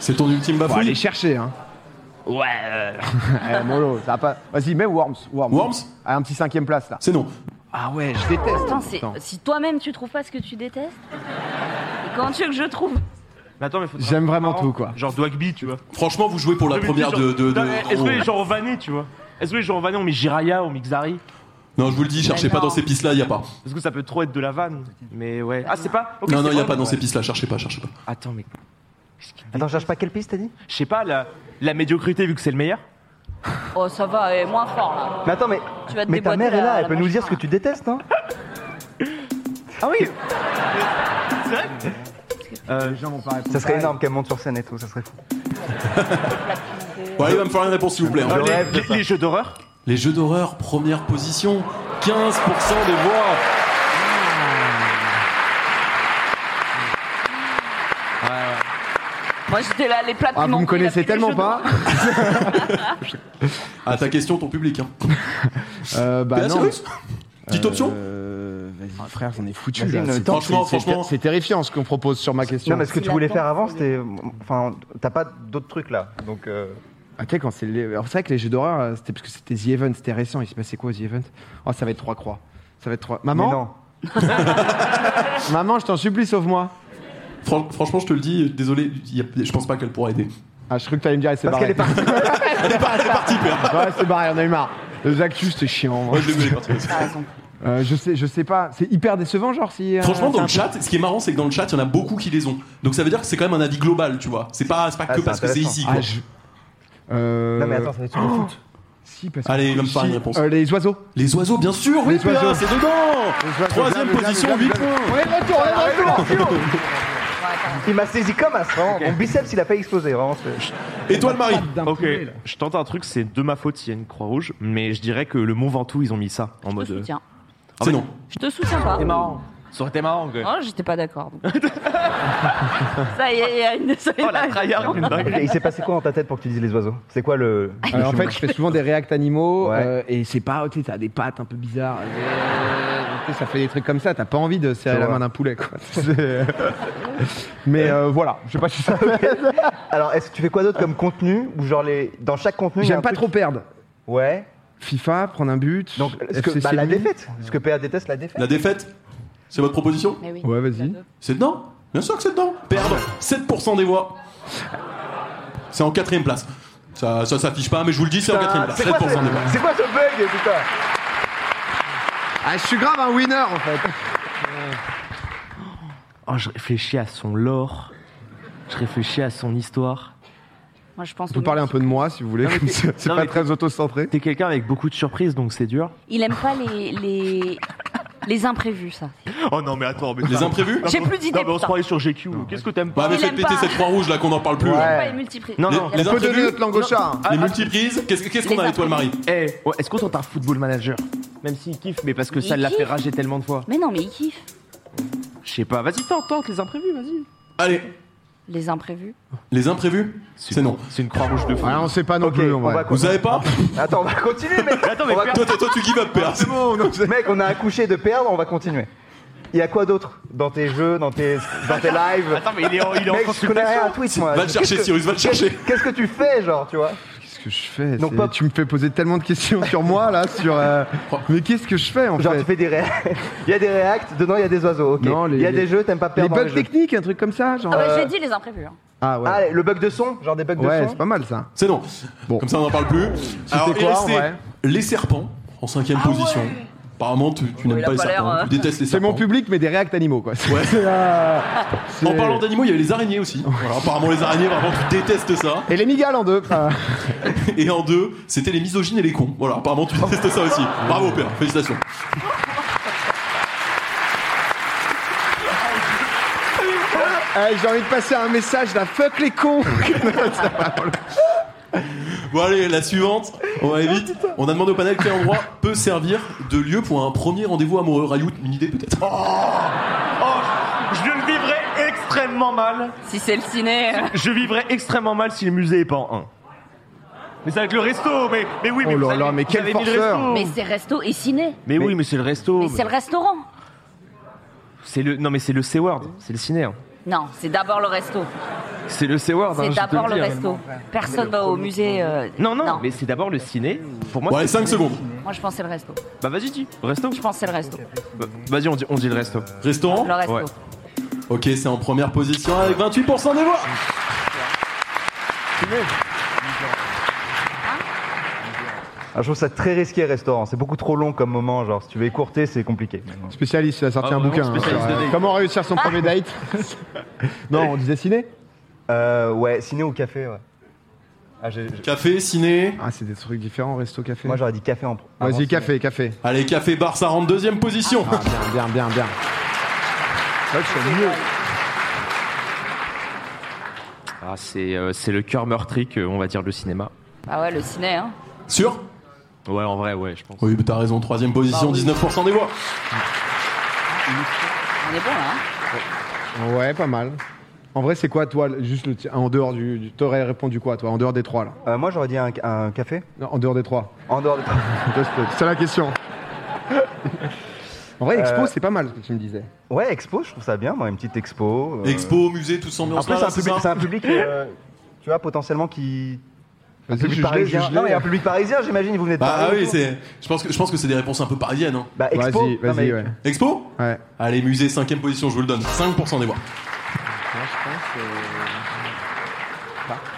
Speaker 1: C'est ton ultime
Speaker 2: faut aller
Speaker 1: bafouille.
Speaker 2: chercher. Hein.
Speaker 5: Ouais. euh,
Speaker 2: Eh, Molo, ça va pas. Vas-y, mets Worms, Worms.
Speaker 1: Worms
Speaker 2: Ah, un petit cinquième place là.
Speaker 1: C'est non.
Speaker 2: Ah ouais, je déteste.
Speaker 4: Attends, c'est-
Speaker 2: Attends.
Speaker 4: si toi-même tu trouves pas ce que tu détestes, et comment tu veux que je trouve
Speaker 5: mais attends, mais faut.
Speaker 2: J'aime vraiment tout, quoi.
Speaker 5: Genre Dwagby, tu vois.
Speaker 1: Franchement, vous jouez pour la
Speaker 5: Mais
Speaker 1: première
Speaker 5: genre-
Speaker 1: de. Oh. de- de-
Speaker 5: Non, mais Est-ce que les gens ont vanné, tu vois Est-ce que les gens ont vanné, on met Jiraya, on met Xari
Speaker 1: Non, je vous le dis, cherchez
Speaker 4: Mais
Speaker 1: pas
Speaker 4: non.
Speaker 1: dans ces pistes-là, y a pas.
Speaker 5: Parce que ça peut trop être de la vanne. Mais ouais. Ah, c'est pas. ok,
Speaker 1: Non, non,
Speaker 5: c'est
Speaker 1: y a
Speaker 5: bon.
Speaker 1: pas dans ces pistes-là, cherchez pas, cherchez pas.
Speaker 5: Attends, mais.
Speaker 3: Attends, je cherche pas quelle piste t'as dit
Speaker 5: Je sais pas, la, la médiocrité, vu que c'est le meilleur.
Speaker 4: Oh, ça va, et moins fort là.
Speaker 3: Mais attends, mais,
Speaker 4: Tu vas te
Speaker 3: mais ta mère
Speaker 4: déboîter la-
Speaker 3: est là,
Speaker 4: la
Speaker 3: elle peut nous
Speaker 4: mâchoire.
Speaker 3: dire ce que tu détestes, hein Ah oui
Speaker 5: C'est vrai
Speaker 2: Les gens vont pas répondre.
Speaker 3: Ça serait énorme qu'elle monte sur scène et tout, ça serait fou.
Speaker 1: Bon, allez, va me faire une réponse, s'il vous plaît. hein.
Speaker 5: Ah, les,
Speaker 3: rêve de
Speaker 5: les-
Speaker 3: ça.
Speaker 5: les jeux d'horreur
Speaker 1: Les jeux d'horreur, première position, 15% des voix.
Speaker 4: Moi, j'étais là, les plats
Speaker 2: Ah, vous
Speaker 4: pimentés,
Speaker 2: me connaissez
Speaker 4: la purée
Speaker 2: tellement
Speaker 4: de genoux.
Speaker 2: pas.
Speaker 1: À Ah, ta question, ton public. Hein.
Speaker 2: Euh,
Speaker 1: T'es
Speaker 2: bah
Speaker 1: là,
Speaker 2: non.
Speaker 1: sérieuse Petite option
Speaker 2: Euh, Vas-y, frère, j'en ai foutu.
Speaker 3: Vas-y,
Speaker 2: là.
Speaker 3: ne-
Speaker 2: C'est-
Speaker 1: Franchement,
Speaker 2: c'est-
Speaker 1: franchement.
Speaker 2: C'est terrifiant ce qu'on propose sur ma question.
Speaker 3: Non, mais ce que
Speaker 4: Si
Speaker 3: tu voulais
Speaker 4: l'attente,
Speaker 3: faire avant, c'était. Enfin, t'as pas d'autres trucs là. Donc. euh,
Speaker 2: Ah, tu sais, quand c'est les- alors, c'est vrai que les jeux d'horreur, euh, c'était parce que c'était The Event, c'était récent. Il s'est passé quoi, au The Event Oh, ça va être trois croix. Ça va être trois.
Speaker 3: mais
Speaker 2: Maman,
Speaker 3: non.
Speaker 2: maman, je t'en supplie, sauve-moi.
Speaker 1: Fran- Franchement, je te le dis, euh, désolé, y a- je pense pas qu'elle pourra aider.
Speaker 2: Ah, je crois que t'allais me dire, elle s'est
Speaker 3: Parce
Speaker 2: barrée.
Speaker 3: qu'elle est partie.
Speaker 1: Elle est par- elle est partie, père.
Speaker 2: Ouais, c'est barré, on a eu marre. Les actus, c'est chiant.
Speaker 1: Ouais, je l'ai vu, elle est partie.
Speaker 4: T'as raison.
Speaker 2: Euh, je sais, je sais pas. C'est hyper décevant, genre si. euh,
Speaker 1: Franchement,
Speaker 2: c'est
Speaker 1: dans
Speaker 2: un
Speaker 1: le chat, ce qui est marrant, c'est que dans le chat, il y en a beaucoup qui les ont. Donc ça veut dire que c'est quand même un avis global, tu vois. C'est pas, c'est pas
Speaker 3: Ah,
Speaker 1: que
Speaker 3: c'est
Speaker 1: parce que c'est
Speaker 3: intéressant.
Speaker 1: ici.
Speaker 2: peu-
Speaker 1: quoi.
Speaker 2: Ah, je- Euh,
Speaker 3: Non, mais attends, ça va être sur le foot.
Speaker 2: si, parce
Speaker 1: Allez,
Speaker 2: que...
Speaker 1: l'homme par une
Speaker 2: si,
Speaker 1: réponse.
Speaker 2: euh, les oiseaux.
Speaker 1: Les oiseaux, bien sûr, oui,
Speaker 2: Les
Speaker 1: Pierre,
Speaker 2: oiseaux.
Speaker 1: c'est dedans Troisième position, 8 points
Speaker 2: On est de retour, on est de retour.
Speaker 3: Il m'a saisi comme un vraiment. Mon biceps, il a pas explosé, vraiment. c'est-
Speaker 1: Étoile Marie
Speaker 5: Ok, je tente un truc, c'est de ma faute s'il y a une croix rouge, mais je dirais que le Mont Ventoux, ils ont mis ça
Speaker 4: Je
Speaker 5: en
Speaker 4: te
Speaker 5: mode. euh,
Speaker 4: soutiens.
Speaker 5: Ah,
Speaker 1: C'est
Speaker 5: mais-
Speaker 1: non.
Speaker 4: Je te soutiens pas.
Speaker 5: C'est marrant. Ça aurait été marrant. quoi.
Speaker 4: Oh, j'étais pas d'accord. donc. ça y est, il y a une ça y est,
Speaker 5: Oh, la
Speaker 4: il y a une-
Speaker 5: tryhard, une dingue.
Speaker 3: Il s'est passé quoi dans ta tête pour que tu dises les oiseaux C'est quoi le. le
Speaker 2: Alors, en
Speaker 3: chemin
Speaker 2: fait, je fais souvent des réacts animaux
Speaker 3: Ouais.
Speaker 2: euh, et c'est pas, tu sais, t'as des pattes un peu bizarres. euh, tu sais, ça fait des trucs comme ça, t'as pas envie de serrer
Speaker 3: C'est
Speaker 2: la
Speaker 3: vrai.
Speaker 2: main d'un poulet, quoi. C'est- euh, Mais euh, voilà, je sais pas si ça.
Speaker 3: Alors, est-ce que tu fais quoi d'autre comme contenu Ou genre les. Dans chaque contenu. il y a un
Speaker 2: J'aime pas
Speaker 3: truc-
Speaker 2: trop perdre.
Speaker 3: Ouais.
Speaker 2: FIFA, prendre un but.
Speaker 3: Donc, est-ce que,
Speaker 2: FC
Speaker 3: bah, la
Speaker 2: Séville.
Speaker 3: défaite. Est-ce que PA déteste la défaite
Speaker 1: La défaite C'est votre proposition
Speaker 4: Mais oui.
Speaker 2: Ouais, vas-y.
Speaker 1: C'est dedans Bien sûr que c'est dedans Perdre 7% des voix C'est en quatrième place. Ça, ça s'affiche pas, mais je vous le dis, c'est en quatrième place.
Speaker 3: Euh, C'est quoi,
Speaker 1: 7%
Speaker 3: ce...
Speaker 1: des voix.
Speaker 3: c'est quoi ce bug, putain
Speaker 2: Ah, je suis grave un winner en fait.
Speaker 5: Oh, je réfléchis à son lore. Je réfléchis à son histoire.
Speaker 4: Moi, je pense.
Speaker 2: Je peux
Speaker 4: au
Speaker 2: parler un
Speaker 4: Mexique.
Speaker 2: peu de moi si vous voulez, comme ça, c'est
Speaker 5: non,
Speaker 2: pas
Speaker 5: mais-
Speaker 2: très auto-centré.
Speaker 5: T'es quelqu'un avec beaucoup de surprises, donc c'est dur.
Speaker 4: Il aime pas les les les imprévus, ça.
Speaker 5: Oh non, mais attends, mais
Speaker 1: Les imprévus
Speaker 4: J'ai plus d'idées.
Speaker 5: Non, mais on se
Speaker 4: putain.
Speaker 5: croyait sur GQ. Qu'est-ce que t'aimes
Speaker 1: Bah,
Speaker 5: pas
Speaker 1: mais
Speaker 4: Il
Speaker 1: faites
Speaker 4: aime
Speaker 1: péter
Speaker 4: pas.
Speaker 1: cette croix rouge là qu'on n'en parle plus.
Speaker 3: Ouais.
Speaker 4: Pas les multipris.
Speaker 5: Non,
Speaker 1: Les, les
Speaker 5: non.
Speaker 2: On peut
Speaker 1: imprévus,
Speaker 2: donner notre langue au chat. hein.
Speaker 1: les multiprises, qu'est-ce qu'est-ce qu'on
Speaker 4: Les
Speaker 1: a, étoile Marie
Speaker 5: Eh, ouais, est-ce qu'on tente un football manager Même s'il kiffe, mais parce que ça
Speaker 4: Il
Speaker 5: l'a fait
Speaker 4: kiffe.
Speaker 5: rager tellement de fois.
Speaker 4: Mais non, mais il kiffe
Speaker 5: Je sais pas, vas-y, tente, tente les imprévus, vas-y.
Speaker 1: Allez,
Speaker 4: les imprévus.
Speaker 1: les imprévus, c'est
Speaker 5: une-
Speaker 1: non.
Speaker 5: C'est une croix rouge de fou.
Speaker 2: Ouais, on sait pas non
Speaker 3: Ok,
Speaker 2: plus. en
Speaker 3: on
Speaker 2: vrai.
Speaker 3: va
Speaker 1: Vous avez pas
Speaker 3: Attends, on va continuer, mec.
Speaker 5: Attends, mais
Speaker 3: On va-
Speaker 5: faire-
Speaker 1: toi, toi, toi, tu give up, Péa.
Speaker 2: C'est
Speaker 3: Oh,
Speaker 2: bon, non, c'est-
Speaker 3: Mec, on a accouché de perdre, on va continuer. Il y a quoi d'autre dans tes jeux, dans tes, dans tes lives
Speaker 5: Attends, mais il est en, il est en
Speaker 3: Mec, je connais
Speaker 5: consultation.
Speaker 3: rien à Twitch, moi.
Speaker 1: Va le chercher,
Speaker 3: Qu'est-ce que-
Speaker 1: Cyrus, va le chercher.
Speaker 3: Qu'est-ce que tu fais, genre, tu vois
Speaker 2: Qu'est-ce que je fais
Speaker 3: Donc,
Speaker 2: c'est-
Speaker 3: pas-
Speaker 2: Tu me fais poser tellement de questions sur moi là, sur. euh, Mais qu'est-ce que je fais en
Speaker 3: Genre, tu
Speaker 2: fait
Speaker 3: fais des réacts. Il y a des réacts, dedans, il y a des oiseaux, ok.
Speaker 2: Non, les-
Speaker 3: Il y a des
Speaker 2: les-
Speaker 3: jeux, t'aimes pas
Speaker 2: Les
Speaker 3: perdre dans les
Speaker 2: bugs
Speaker 3: jeux.
Speaker 2: techniques, un truc comme ça, genre.
Speaker 4: Ah bah,
Speaker 2: euh,
Speaker 4: j'ai dit les imprévus. hein.
Speaker 2: Ah ouais.
Speaker 3: Ah, le bug de son Genre des bugs
Speaker 2: ouais,
Speaker 3: de
Speaker 2: c'est
Speaker 3: son
Speaker 2: pas mal ça.
Speaker 1: C'est non.
Speaker 2: Bon.
Speaker 1: Comme ça, on n'en parle plus. Alors, il
Speaker 2: quoi, en
Speaker 1: restait
Speaker 2: vrai
Speaker 1: les serpents en cinquième position. Apparemment, tu, tu
Speaker 4: Oh,
Speaker 1: n'aimes
Speaker 4: il
Speaker 1: pas
Speaker 4: a
Speaker 1: les
Speaker 4: pas l'air,
Speaker 1: serpents,
Speaker 4: euh.
Speaker 1: tu détestes les
Speaker 2: C'est
Speaker 1: serpents.
Speaker 2: mon public, mais des réacts animaux quoi. C'est-
Speaker 1: Ouais.
Speaker 2: euh, c'est-
Speaker 1: En parlant d'animaux, il y avait les araignées aussi. Voilà, apparemment, les araignées, vraiment, tu détestes ça.
Speaker 2: Et les migales en deux. enfin,
Speaker 1: Et en deux, c'était les misogynes et les cons. Voilà, apparemment, tu détestes ça aussi. Bravo, père. Félicitations.
Speaker 2: euh, J'ai envie de passer un message d'un fuck les cons.
Speaker 1: Bon, allez, la suivante. On va aller vite. On a demandé au panel quel endroit peut servir de lieu pour un premier rendez-vous amoureux. Rayout, une idée peut-être
Speaker 5: Oh, je le vivrais extrêmement mal.
Speaker 4: Si c'est le ciné. euh,
Speaker 5: Je vivrais extrêmement mal si le musée est pas en 1. Mais c'est avec le resto, mais, mais oui, mais
Speaker 2: Oh
Speaker 5: vous
Speaker 2: là
Speaker 5: avez-
Speaker 2: là, mais
Speaker 5: vous
Speaker 2: quel
Speaker 5: avez mis le
Speaker 2: forceur.
Speaker 5: resto.
Speaker 4: Mais c'est resto et ciné.
Speaker 5: Mais oui, Oh, mais c'est le resto.
Speaker 4: Mais c'est le restaurant.
Speaker 5: C'est le non, mais c'est le C-word, c'est le ciné. hein.
Speaker 4: Non, c'est d'abord le resto.
Speaker 5: C'est le C-word. hein,
Speaker 4: C'est
Speaker 5: Bah, je te
Speaker 4: d'abord
Speaker 5: le
Speaker 4: le
Speaker 5: dis.
Speaker 4: resto. Personne va au musée. euh,
Speaker 5: Non, non, mais c'est d'abord le ciné. Pour moi,
Speaker 1: Bon, allez,
Speaker 5: c'est-
Speaker 1: 5 secondes.
Speaker 4: Moi, je pense que c'est le resto.
Speaker 5: Bah vas-y, dis. Resto.
Speaker 4: Je pense que c'est le resto. Le
Speaker 5: Bah, Vas-y, on dit, on dit le resto.
Speaker 1: Restaurant
Speaker 4: resto.
Speaker 5: Ouais.
Speaker 1: Ok, c'est en première position avec 28% des voix.
Speaker 3: Alors, Ah, je trouve ça très risqué, restaurant. C'est beaucoup trop long comme moment, genre, si tu veux écourter, c'est compliqué.
Speaker 2: Spécialiste, il a sorti
Speaker 5: Ah,
Speaker 2: un
Speaker 5: vraiment
Speaker 2: bouquin. hein,
Speaker 5: spécialiste
Speaker 2: sur,
Speaker 5: de
Speaker 2: euh,
Speaker 5: date.
Speaker 2: comment réussir son premier date Non, on disait ciné
Speaker 3: Euh, ouais, ciné ou café, ouais. Ah, j'ai- j'ai-
Speaker 1: Café, ciné.
Speaker 2: Ah, c'est des trucs différents, resto, café. Ah,
Speaker 3: Moi, j'aurais dit café en pro. avant
Speaker 2: Vas-y,
Speaker 3: ciné.
Speaker 2: café, café.
Speaker 1: Allez, café, bar, ça rentre deuxième position.
Speaker 2: Ah, bien, bien, bien, bien.
Speaker 5: Ah, c'est euh, c'est le cœur meurtri que on va dire le cinéma.
Speaker 4: Ah ouais, le ciné. Hein.
Speaker 1: Sûr
Speaker 5: Ouais, en vrai, ouais, je pense.
Speaker 1: Oui, mais t'as raison, troisième position, 19% des voix.
Speaker 4: On est bon là. hein.
Speaker 2: Ouais, pas mal. En vrai, c'est quoi, toi, le- juste le ti- en dehors du. du- T'aurais répondu quoi, toi, en dehors des trois, là
Speaker 3: Euh, moi, j'aurais dit un, un café.
Speaker 2: Non, En dehors des trois.
Speaker 3: En dehors de.
Speaker 2: Toi, C'est c'est la question. Euh, En vrai, Expo, c'est pas mal ce que tu me disais.
Speaker 3: Ouais, expo, je trouve ça bien, moi, une petite expo. euh.
Speaker 1: Expo, musée, tout ça,
Speaker 3: En
Speaker 1: ambiance
Speaker 3: plus,
Speaker 1: là,
Speaker 3: c'est un
Speaker 1: c'est
Speaker 3: public, c'est
Speaker 1: ça
Speaker 3: un public, euh, tu vois, potentiellement qui.
Speaker 2: Vas-y,
Speaker 3: Public
Speaker 2: juge-les,
Speaker 3: parisien.
Speaker 2: juge-les.
Speaker 3: Non, mais un public parisien, j'imagine, vous venez de
Speaker 1: Bah
Speaker 3: Paris.
Speaker 1: oui, c'est. Je pense que je pense que c'est des réponses un peu parisiennes. hein.
Speaker 3: Bah, expo.
Speaker 2: Vas-y,
Speaker 3: Non, mais-
Speaker 2: vas-y, ouais.
Speaker 1: Expo
Speaker 2: Ouais.
Speaker 1: Allez, musée, cinquième position, je vous le donne. 5% des voix.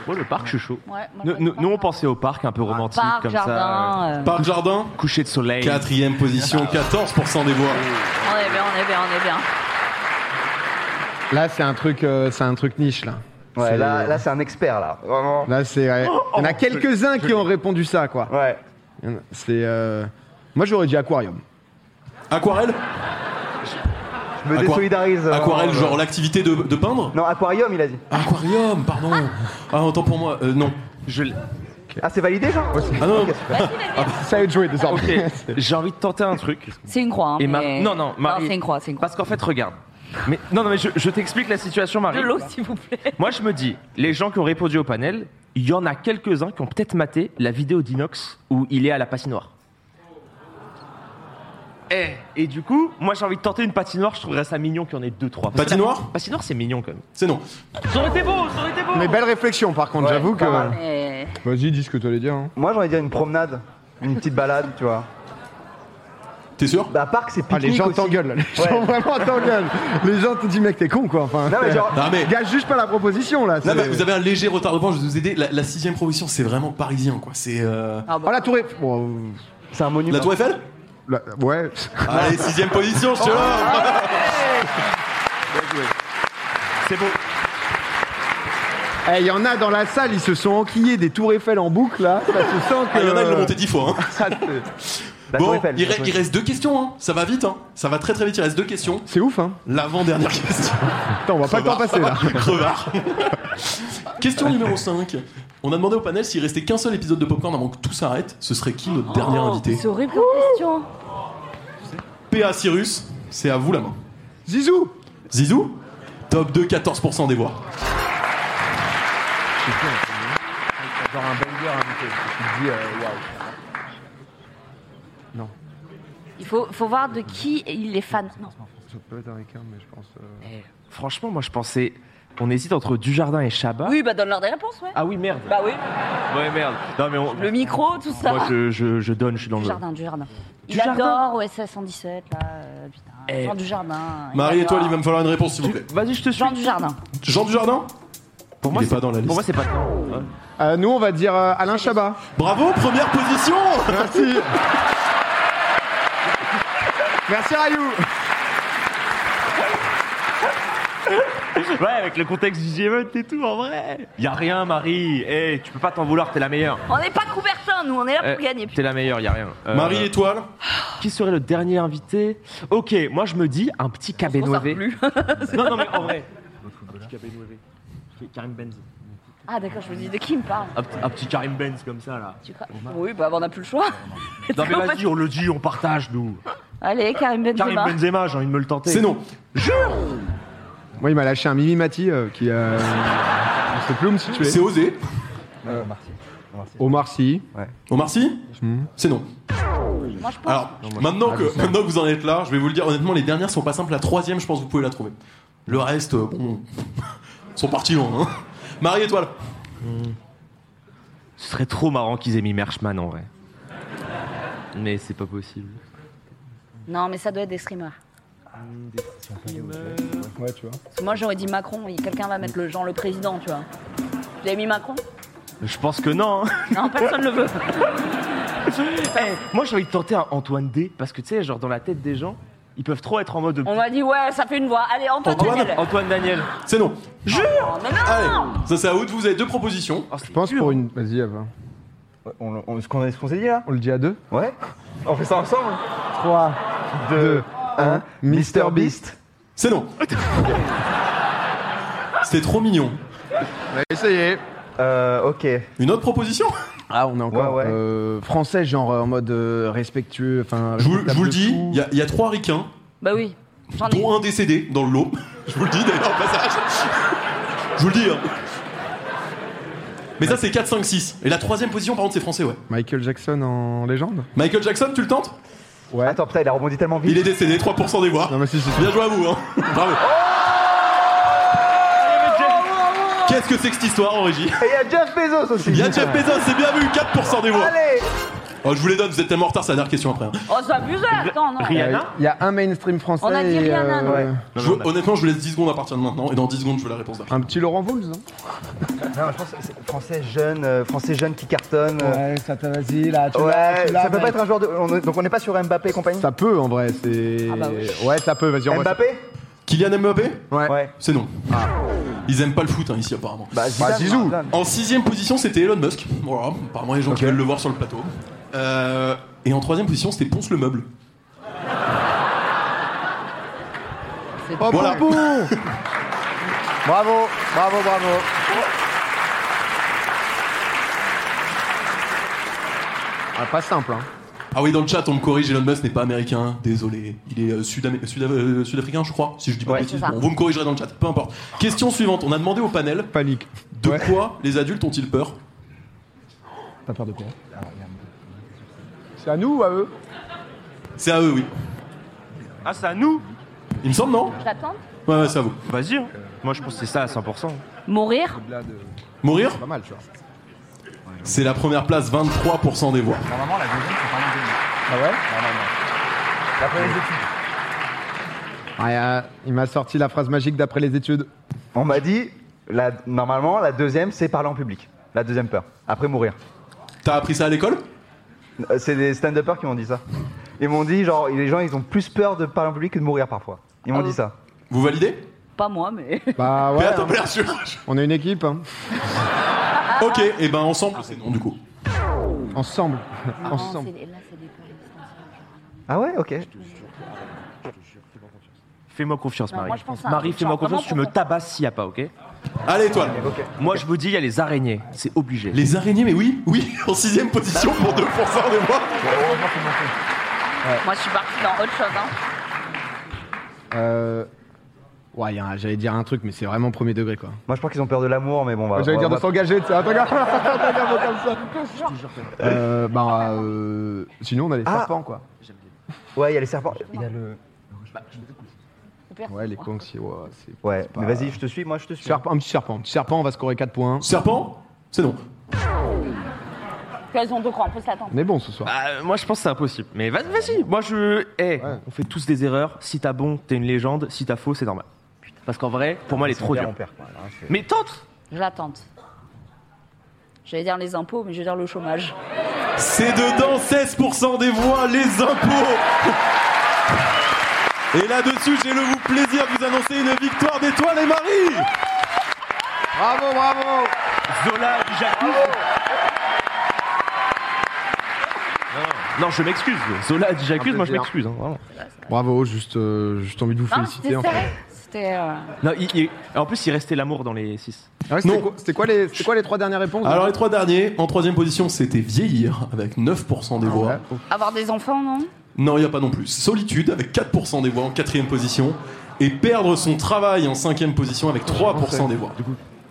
Speaker 5: Oh, le parc, je suis chaud.
Speaker 4: Ouais, moi, je
Speaker 5: Nous,
Speaker 4: pense
Speaker 5: nous-
Speaker 4: pas.
Speaker 5: nous, on pensait au parc un peu romantique
Speaker 4: Parc,
Speaker 5: comme ça.
Speaker 4: jardin. euh,
Speaker 1: Parc Jardin,
Speaker 5: euh, Coucher de soleil.
Speaker 1: quatrième position, 14% des voix.
Speaker 4: On est bien, on est bien, on est bien.
Speaker 2: Là, c'est un truc, euh, c'est un truc niche là. Oh,
Speaker 3: Ouais,
Speaker 2: C'est-
Speaker 3: là, là, c'est un expert, là. Vraiment.
Speaker 2: là, c'est. ouais. Il y en a quelques-uns qui ont répondu ça, quoi.
Speaker 3: Ouais.
Speaker 2: Il y en a- C'est. euh, Moi, j'aurais dit aquarium.
Speaker 1: Aquarelle
Speaker 3: Je me
Speaker 1: Aqua-
Speaker 3: désolidarise. euh,
Speaker 1: Aquarelle,
Speaker 3: vraiment,
Speaker 1: genre l'activité de, de peindre
Speaker 3: Non, aquarium, il a dit.
Speaker 1: Aquarium, pardon. Ah, autant pour moi. Euh, non.
Speaker 5: Je l-
Speaker 3: Ah, c'est validé, genre
Speaker 1: Ah non,
Speaker 3: Ok, super.
Speaker 2: Ça a joué désormais.
Speaker 5: Ok, j'ai envie de tenter un truc.
Speaker 4: C'est une croix. hein,
Speaker 5: Et
Speaker 4: mais-
Speaker 5: Marie- non, non, Marie-
Speaker 4: c'est une croix, c'est une croix.
Speaker 5: Parce qu'en fait, regarde. Mais, non, non, mais je, je t'explique la situation, Marie.
Speaker 4: De l'eau, s'il vous plaît.
Speaker 5: Moi, je me dis, les gens qui ont répondu au panel, il y en a quelques-uns qui ont peut-être maté la vidéo d'Inox où il est à la patinoire. Eh, et du coup, moi j'ai envie de tenter une patinoire, je trouverais ça mignon qu'il y en ait deux, trois. Parce que la
Speaker 1: Patinoire
Speaker 5: Patinoire, Ah, c'est mignon quand même.
Speaker 1: c'est non.
Speaker 5: Ça aurait été beau, ça aurait été beau
Speaker 2: Mais belle réflexion par contre,
Speaker 3: Ouais,
Speaker 2: j'avoue que.
Speaker 3: pas mal.
Speaker 4: Mais-
Speaker 2: Vas-y, dis ce que t'allais dire. hein.
Speaker 3: Moi, j'ai envie de dire une promenade, une petite balade, tu vois.
Speaker 1: T'es sûr
Speaker 3: Bah, parc, c'est pique
Speaker 2: Ah, les gens t'engueulent, les gens
Speaker 3: Ouais.
Speaker 2: vraiment t'engueulent. Les gens te disent, mec, t'es con quoi. Enfin,
Speaker 3: Non, mais genre,
Speaker 1: Non Ah, mais,
Speaker 2: Gars, juge pas la proposition là.
Speaker 1: non,
Speaker 2: c'est-
Speaker 1: mais vous avez un léger retard de vent, je vais vous aider. La, la sixième proposition, c'est vraiment parisien, quoi. C'est euh,
Speaker 4: Ah bon.
Speaker 2: Oh la tour Eiffel. Bon,
Speaker 3: c'est un monument.
Speaker 1: la Tour Eiffel
Speaker 2: euh, la- Ouais.
Speaker 1: Allez, sixième position, je te l'offre.
Speaker 5: C'est beau.
Speaker 2: Eh, Il y en a dans la salle, ils se sont enquillés des tours Eiffel en boucle là. Ça se sent que.
Speaker 1: Ah, Il y en a, ils l'ont monté dix fois. hein.
Speaker 2: Ça, c'est-
Speaker 3: La Tour
Speaker 1: Bon,
Speaker 3: Eiffel,
Speaker 1: il,
Speaker 3: la
Speaker 1: re-
Speaker 3: Tour
Speaker 1: il reste deux questions, hein. ça va vite, hein. ça va très très vite, il reste deux questions.
Speaker 2: C'est ouf hein.
Speaker 1: L'avant-dernière question.
Speaker 2: Attends, on va pas le temps passer là.
Speaker 1: Crevard. Question numéro 5. On a demandé au panel s'il restait qu'un seul épisode de Popcorn avant que tout s'arrête, ce serait qui notre dernier
Speaker 4: Oh.
Speaker 1: invité
Speaker 4: C'est horrible comme question.
Speaker 1: PA Cyrus, c'est à vous la main.
Speaker 2: Zizou
Speaker 1: Zizou Top 2, 14% des voix.
Speaker 4: Il faut, faut voir de qui il est fan. Non.
Speaker 2: Ça peut être un Ricard, mais je pense. euh,
Speaker 5: Franchement, moi je pensais. On hésite entre Dujardin et Chabat.
Speaker 4: Oui, bah donne-leur des réponses, ouais.
Speaker 5: Ah oui, merde.
Speaker 4: Bah oui,
Speaker 5: Ouais, merde. Non, mais on-
Speaker 4: le micro, tout ça.
Speaker 5: Moi je, je- je donne, je suis dans
Speaker 4: Du
Speaker 5: le.
Speaker 4: jardin, du jardin. Il
Speaker 5: Dujardin
Speaker 4: adore OSS 117, là. euh, putain.
Speaker 5: Eh.
Speaker 4: Jean du jardin.
Speaker 1: Marie et toi, il va me falloir une réponse s'il vous plaît.
Speaker 5: Vas-y, je te suis.
Speaker 4: Jean du jardin.
Speaker 1: Jean Dujardin
Speaker 5: Pour moi,
Speaker 1: Il est
Speaker 5: c'est-
Speaker 1: pas dans la liste.
Speaker 5: Pour moi, c'est pas. Ouais.
Speaker 2: nous, on va dire euh, Alain Chabat.
Speaker 1: Bravo, première position
Speaker 2: Merci. Merci Rayou.
Speaker 5: Ouais, avec le contexte du G-Event et tout, en vrai. Y a rien, Marie. Eh, tu peux pas t'en vouloir, t'es la meilleure.
Speaker 4: On n'est pas Coubertin, nous, on est là
Speaker 5: Eh,
Speaker 4: pour gagner.
Speaker 5: T'es la meilleure, y a rien. Euh,
Speaker 1: Marie Étoile,
Speaker 5: qui serait le dernier invité Ok, moi je me dis un petit
Speaker 4: On s'en
Speaker 5: Cabenueve.
Speaker 4: plus.
Speaker 5: Non, non, mais en vrai. Un petit Cabenueve. Karim Benz.
Speaker 4: Ah, d'accord, je me dis de qui il me parle.
Speaker 5: Un, petit- un petit Karim Benz comme ça, là.
Speaker 4: Tu crois Oui, bah on n'a plus le choix.
Speaker 5: Non, mais vas-y, on le dit, on partage, nous.
Speaker 4: Allez, Karim
Speaker 5: Karim
Speaker 4: Benzema.
Speaker 5: Benzema, j'ai envie de me le tenter.
Speaker 1: c'est non.
Speaker 2: Moi, il m'a lâché un Mimi Mati euh, qui euh, se plume si tu
Speaker 1: C'est
Speaker 2: es.
Speaker 1: osé.
Speaker 2: Omar Sy.
Speaker 1: Omar Sy C'est non.
Speaker 4: Moi, je pense.
Speaker 1: Alors, maintenant, que, maintenant que vous en êtes là, je vais vous le dire honnêtement, les dernières sont pas simples. La troisième, je pense que vous pouvez la trouver. Le reste, euh, bon, sont partis loin. hein. Marie Étoile,
Speaker 5: Ce serait trop marrant qu'ils aient mis Merchman en vrai. Mais c'est pas possible.
Speaker 4: Non, mais ça doit être des streamers.
Speaker 2: Ouais, tu vois.
Speaker 4: Parce que moi, j'aurais dit Macron. et Quelqu'un va mettre le genre le président, tu vois. Tu l'avais mis Macron
Speaker 5: Je pense que non. hein.
Speaker 4: Non, personne ne le veut.
Speaker 5: Eh, moi j'ai envie de tenter un Antoine D parce que tu sais, genre dans la tête des gens, ils peuvent trop être en mode.
Speaker 4: On m'a dit, ouais, ça fait une voix. Allez, Antoine,
Speaker 1: Antoine,
Speaker 4: Daniel.
Speaker 5: Antoine Daniel.
Speaker 1: c'est non.
Speaker 4: Non, mais non
Speaker 1: Allez, ça c'est à vous, de- vous avez deux propositions.
Speaker 5: Oh, c'est
Speaker 2: Je pense
Speaker 5: dur.
Speaker 2: pour une. Vas-y, Eve.
Speaker 3: Eiffel. Euh, On, on- ce qu'on a- ce qu'on s'est dit là
Speaker 2: On le dit à deux
Speaker 3: Ouais. On fait ça ensemble
Speaker 2: 3, 2, 1.
Speaker 3: Mister Beast.
Speaker 1: C'est non. C'était trop mignon.
Speaker 2: Essayez.
Speaker 3: Euh, ok.
Speaker 1: Une autre proposition
Speaker 2: Ah, on est encore
Speaker 3: Ouais, ouais.
Speaker 2: euh, français, genre euh, en mode euh, respectueux. Enfin,
Speaker 1: Je vous, je
Speaker 2: respectable
Speaker 1: vous le
Speaker 2: de
Speaker 1: dis,
Speaker 2: tout.
Speaker 1: il y, a- il y a trois ricains,
Speaker 4: Bah oui, j'en ai.
Speaker 1: dont un décédé dans le lot. Je vous le dis d'ailleurs au passage. Je vous le dis. hein. Mais ça c'est 4, 5, 6. Et la troisième position par contre c'est français, ouais.
Speaker 2: Michael Jackson en légende
Speaker 1: Michael Jackson, tu le tentes
Speaker 2: Ouais.
Speaker 3: Attends, putain, il a rebondi tellement vite.
Speaker 1: Il est décédé, 3% des voix.
Speaker 2: Non, mais si, si. si.
Speaker 1: Bien joué à vous, hein. Bravo. Qu'est-ce que c'est que cette histoire en régie
Speaker 3: Et il y a Jeff Bezos aussi.
Speaker 1: Il y a Jeff Bezos, c'est bien vu, 4% des voix.
Speaker 3: Allez
Speaker 1: Oh, je vous les donne, vous êtes tellement en retard, c'est la dernière question après. hein.
Speaker 4: Oh, c'est abusé, attends, non.
Speaker 5: Rien. Rihanna
Speaker 2: Euh, Il y a un mainstream français.
Speaker 4: On a dit
Speaker 2: et,
Speaker 4: Rihanna, non
Speaker 2: ouais.
Speaker 5: Non,
Speaker 1: Je
Speaker 5: non,
Speaker 1: vous-
Speaker 5: bah-
Speaker 1: honnêtement, je vous laisse 10 secondes à partir de maintenant, et dans 10 secondes, je veux la réponse d'après.
Speaker 2: Un petit Laurent Vouls. Hein.
Speaker 3: Non, je pense que c'est français jeune, euh, français jeune qui cartonne. euh,
Speaker 2: ça t'a vas-y là.
Speaker 3: Ouais, ça peut pas être un joueur de. on est- donc on n'est pas sur Mbappé et compagnie
Speaker 2: Ça peut en vrai, c'est.
Speaker 4: Ah bah oui.
Speaker 2: Ouais, ça peut, vas-y, on va.
Speaker 3: Mbappé
Speaker 1: Kylian Mbappé
Speaker 2: Ouais.
Speaker 3: Ouais.
Speaker 1: C'est non. Ils aiment pas le foot hein, ici apparemment.
Speaker 3: Bah,
Speaker 2: Bah, Zizou.
Speaker 3: Zidane.
Speaker 1: En sixième position, c'était Elon Musk. Voilà, apparemment, les gens qui veulent le voir sur le plateau. Euh, et en troisième position, c'était Ponce le meuble.
Speaker 2: Oh,
Speaker 1: Voilà.
Speaker 2: bon, bon.
Speaker 3: Bravo, bravo, bravo.
Speaker 2: Ah, pas simple, hein.
Speaker 1: Ah oui, dans le chat, on me corrige, Elon Musk n'est pas américain, désolé. Il est euh, sud-am- sud- euh, sud-africain, je crois, si je dis pas
Speaker 4: Ouais,
Speaker 1: de bêtises.
Speaker 4: c'est ça.
Speaker 1: Bon, vous me corrigerez dans le chat, peu importe. Question suivante, on a demandé au panel
Speaker 2: Panique.
Speaker 1: de quoi les adultes ont-ils peur
Speaker 6: T'as peur de quoi C'est à nous ou à eux
Speaker 1: C'est à eux, oui.
Speaker 5: Ah, c'est à nous
Speaker 1: Il me semble, non
Speaker 4: Je l'attends.
Speaker 1: Ouais, ouais, c'est à vous.
Speaker 5: Vas-y. hein. Moi, je pense que c'est ça à 100%.
Speaker 4: Mourir
Speaker 6: Au-delà de.
Speaker 1: Mourir
Speaker 6: Pas mal, tu vois.
Speaker 1: C'est la première place, 23% des voix.
Speaker 7: Normalement, la deuxième, c'est pas mal de
Speaker 6: Ah ouais
Speaker 7: Normalement.
Speaker 3: Après les études.
Speaker 2: Ah, et, euh, il m'a sorti la phrase magique d'après les études.
Speaker 3: On m'a dit, la- normalement, la deuxième, c'est parler en public. La deuxième peur. Après mourir.
Speaker 1: T'as appris ça à l'école
Speaker 3: Euh, C'est des stand-uppers qui m'ont dit ça. Ils m'ont dit, genre, les gens, ils ont plus peur de parler en public que de mourir parfois. Ils m'ont
Speaker 4: Ah
Speaker 3: dit
Speaker 4: oui.
Speaker 3: ça.
Speaker 1: Vous validez
Speaker 4: Pas moi, mais.
Speaker 2: Bah ouais,
Speaker 1: Mais attends,
Speaker 2: hein.
Speaker 1: mais là, je-
Speaker 2: on est une équipe, hein.
Speaker 1: Ok, et ben ensemble, c'est non, du coup.
Speaker 2: Ensemble.
Speaker 4: Non,
Speaker 2: Ensemble.
Speaker 4: c'est des- là, c'est des peurs existentielles.
Speaker 3: Ah ouais, ok.
Speaker 5: Fais-moi confiance,
Speaker 4: Non,
Speaker 5: Marie.
Speaker 4: moi, je pense à un
Speaker 5: Marie,
Speaker 4: truc,
Speaker 5: fais-moi
Speaker 4: genre,
Speaker 5: confiance,
Speaker 4: vraiment
Speaker 5: tu me
Speaker 4: profond.
Speaker 5: tabasses s'il n'y a pas, ok
Speaker 1: Allez, étoile.
Speaker 5: Moi, je vous dis, il y a les araignées. C'est obligé.
Speaker 1: Les araignées, mais oui, oui, en sixième position pour 2% des voix.
Speaker 4: Euh, Moi, je suis partie dans autre chose. Hein.
Speaker 2: Euh... Ouais, y a un- j'allais dire un truc, mais c'est vraiment premier degré, quoi.
Speaker 3: Moi, je crois qu'ils ont peur de l'amour, mais bon, bah.
Speaker 2: j'allais
Speaker 3: on
Speaker 2: dire
Speaker 3: va-
Speaker 2: de s'engager, tu sais. Attends, regarde, regarde, regarde comme ça. Euh, bah, euh... Sinon, on a les
Speaker 3: Ah.
Speaker 2: serpents, quoi.
Speaker 3: Ouais, il y a les serpents. Il y a le.
Speaker 2: Ouais, les cons, si, ouais, c'est...
Speaker 3: Ouais,
Speaker 2: pas-
Speaker 3: mais vas-y, je te suis, moi, je te suis.
Speaker 2: Serpent- un petit serpent. Petit serpent, on va scorer 4 points.
Speaker 1: Serpent C'est non.
Speaker 4: Elles ont deux croix, on peut se l'attendre.
Speaker 2: On est bon ce soir.
Speaker 5: Bah, euh, moi, je pense que c'est impossible. Mais vas-y, vas-y. Moi, je. Eh, on fait tous des erreurs. Si t'as bon, t'es une légende. Si t'as faux, c'est normal. Parce qu'en vrai, pour moi, elle est trop dure.
Speaker 3: On perd, quoi, là, c'est-
Speaker 5: Mais tente
Speaker 4: Je l'attente. J'allais dire les impôts, mais je vais dire le chômage.
Speaker 1: C'est dedans 16% des voix, les impôts Et là-dessus, j'ai le vous plaisir de vous annoncer une victoire d'étoile et Marie
Speaker 2: Bravo, bravo
Speaker 5: Zola, Jacuzzi. Non, je m'excuse. Zola dit j'accuse, moi je
Speaker 2: plaisir.
Speaker 5: m'excuse. hein, vraiment.
Speaker 2: Bravo, juste, euh, juste envie de vous
Speaker 4: Non,
Speaker 2: féliciter.
Speaker 4: c'était
Speaker 2: en
Speaker 4: serré.
Speaker 2: fait.
Speaker 4: C'était. euh,
Speaker 5: Non, il- il- en plus, il restait l'amour dans les 6.
Speaker 2: Ah ouais, c'était
Speaker 1: Non.
Speaker 2: quoi- C'était quoi, les- c'était quoi les trois dernières réponses
Speaker 1: Alors les trois derniers, en troisième position, c'était vieillir avec 9% des voix.
Speaker 2: Ah Ouais.
Speaker 4: Avoir des enfants, non
Speaker 1: Non, il n'y a pas non plus. Solitude avec 4% des voix en quatrième position. Et perdre son travail en cinquième position avec 3% des voix.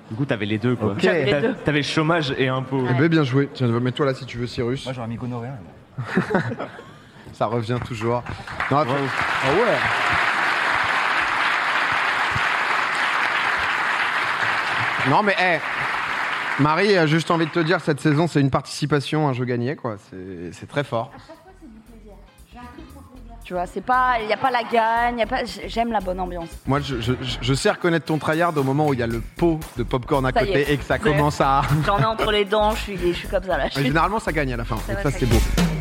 Speaker 5: Du coup, t'avais les deux quoi.
Speaker 4: J'avais les
Speaker 5: T'a-
Speaker 4: deux.
Speaker 5: T'avais chômage et impôt.
Speaker 2: Eh ben, bien joué. Tiens, mets-toi là si tu veux, Cyrus.
Speaker 7: Moi, j'aurais mis
Speaker 3: hein,
Speaker 7: gonorrhée.
Speaker 2: Ça revient toujours. Non, après- Ah ouais Non, mais eh, Marie, euh, juste envie de te dire, cette saison, c'est une participation, un jeu gagné, quoi. C'est c'est très fort.
Speaker 4: Tu vois, c'est pas. Il n'y a pas la gagne, y a pas. J'aime la bonne ambiance.
Speaker 2: Moi, je, je- je- je sais reconnaître ton tryhard au moment où il y a le pot de popcorn à
Speaker 4: Ça y
Speaker 2: côté
Speaker 4: est.
Speaker 2: et que ça
Speaker 4: C'est-
Speaker 2: commence à.
Speaker 4: J'en ai entre les dents, je suis, je suis comme ça là. Je
Speaker 2: Mais
Speaker 4: suis-
Speaker 2: généralement, ça gagne à la fin.
Speaker 4: Ça
Speaker 2: Donc ça,
Speaker 4: va, ça
Speaker 2: c'est beau.
Speaker 4: gagne.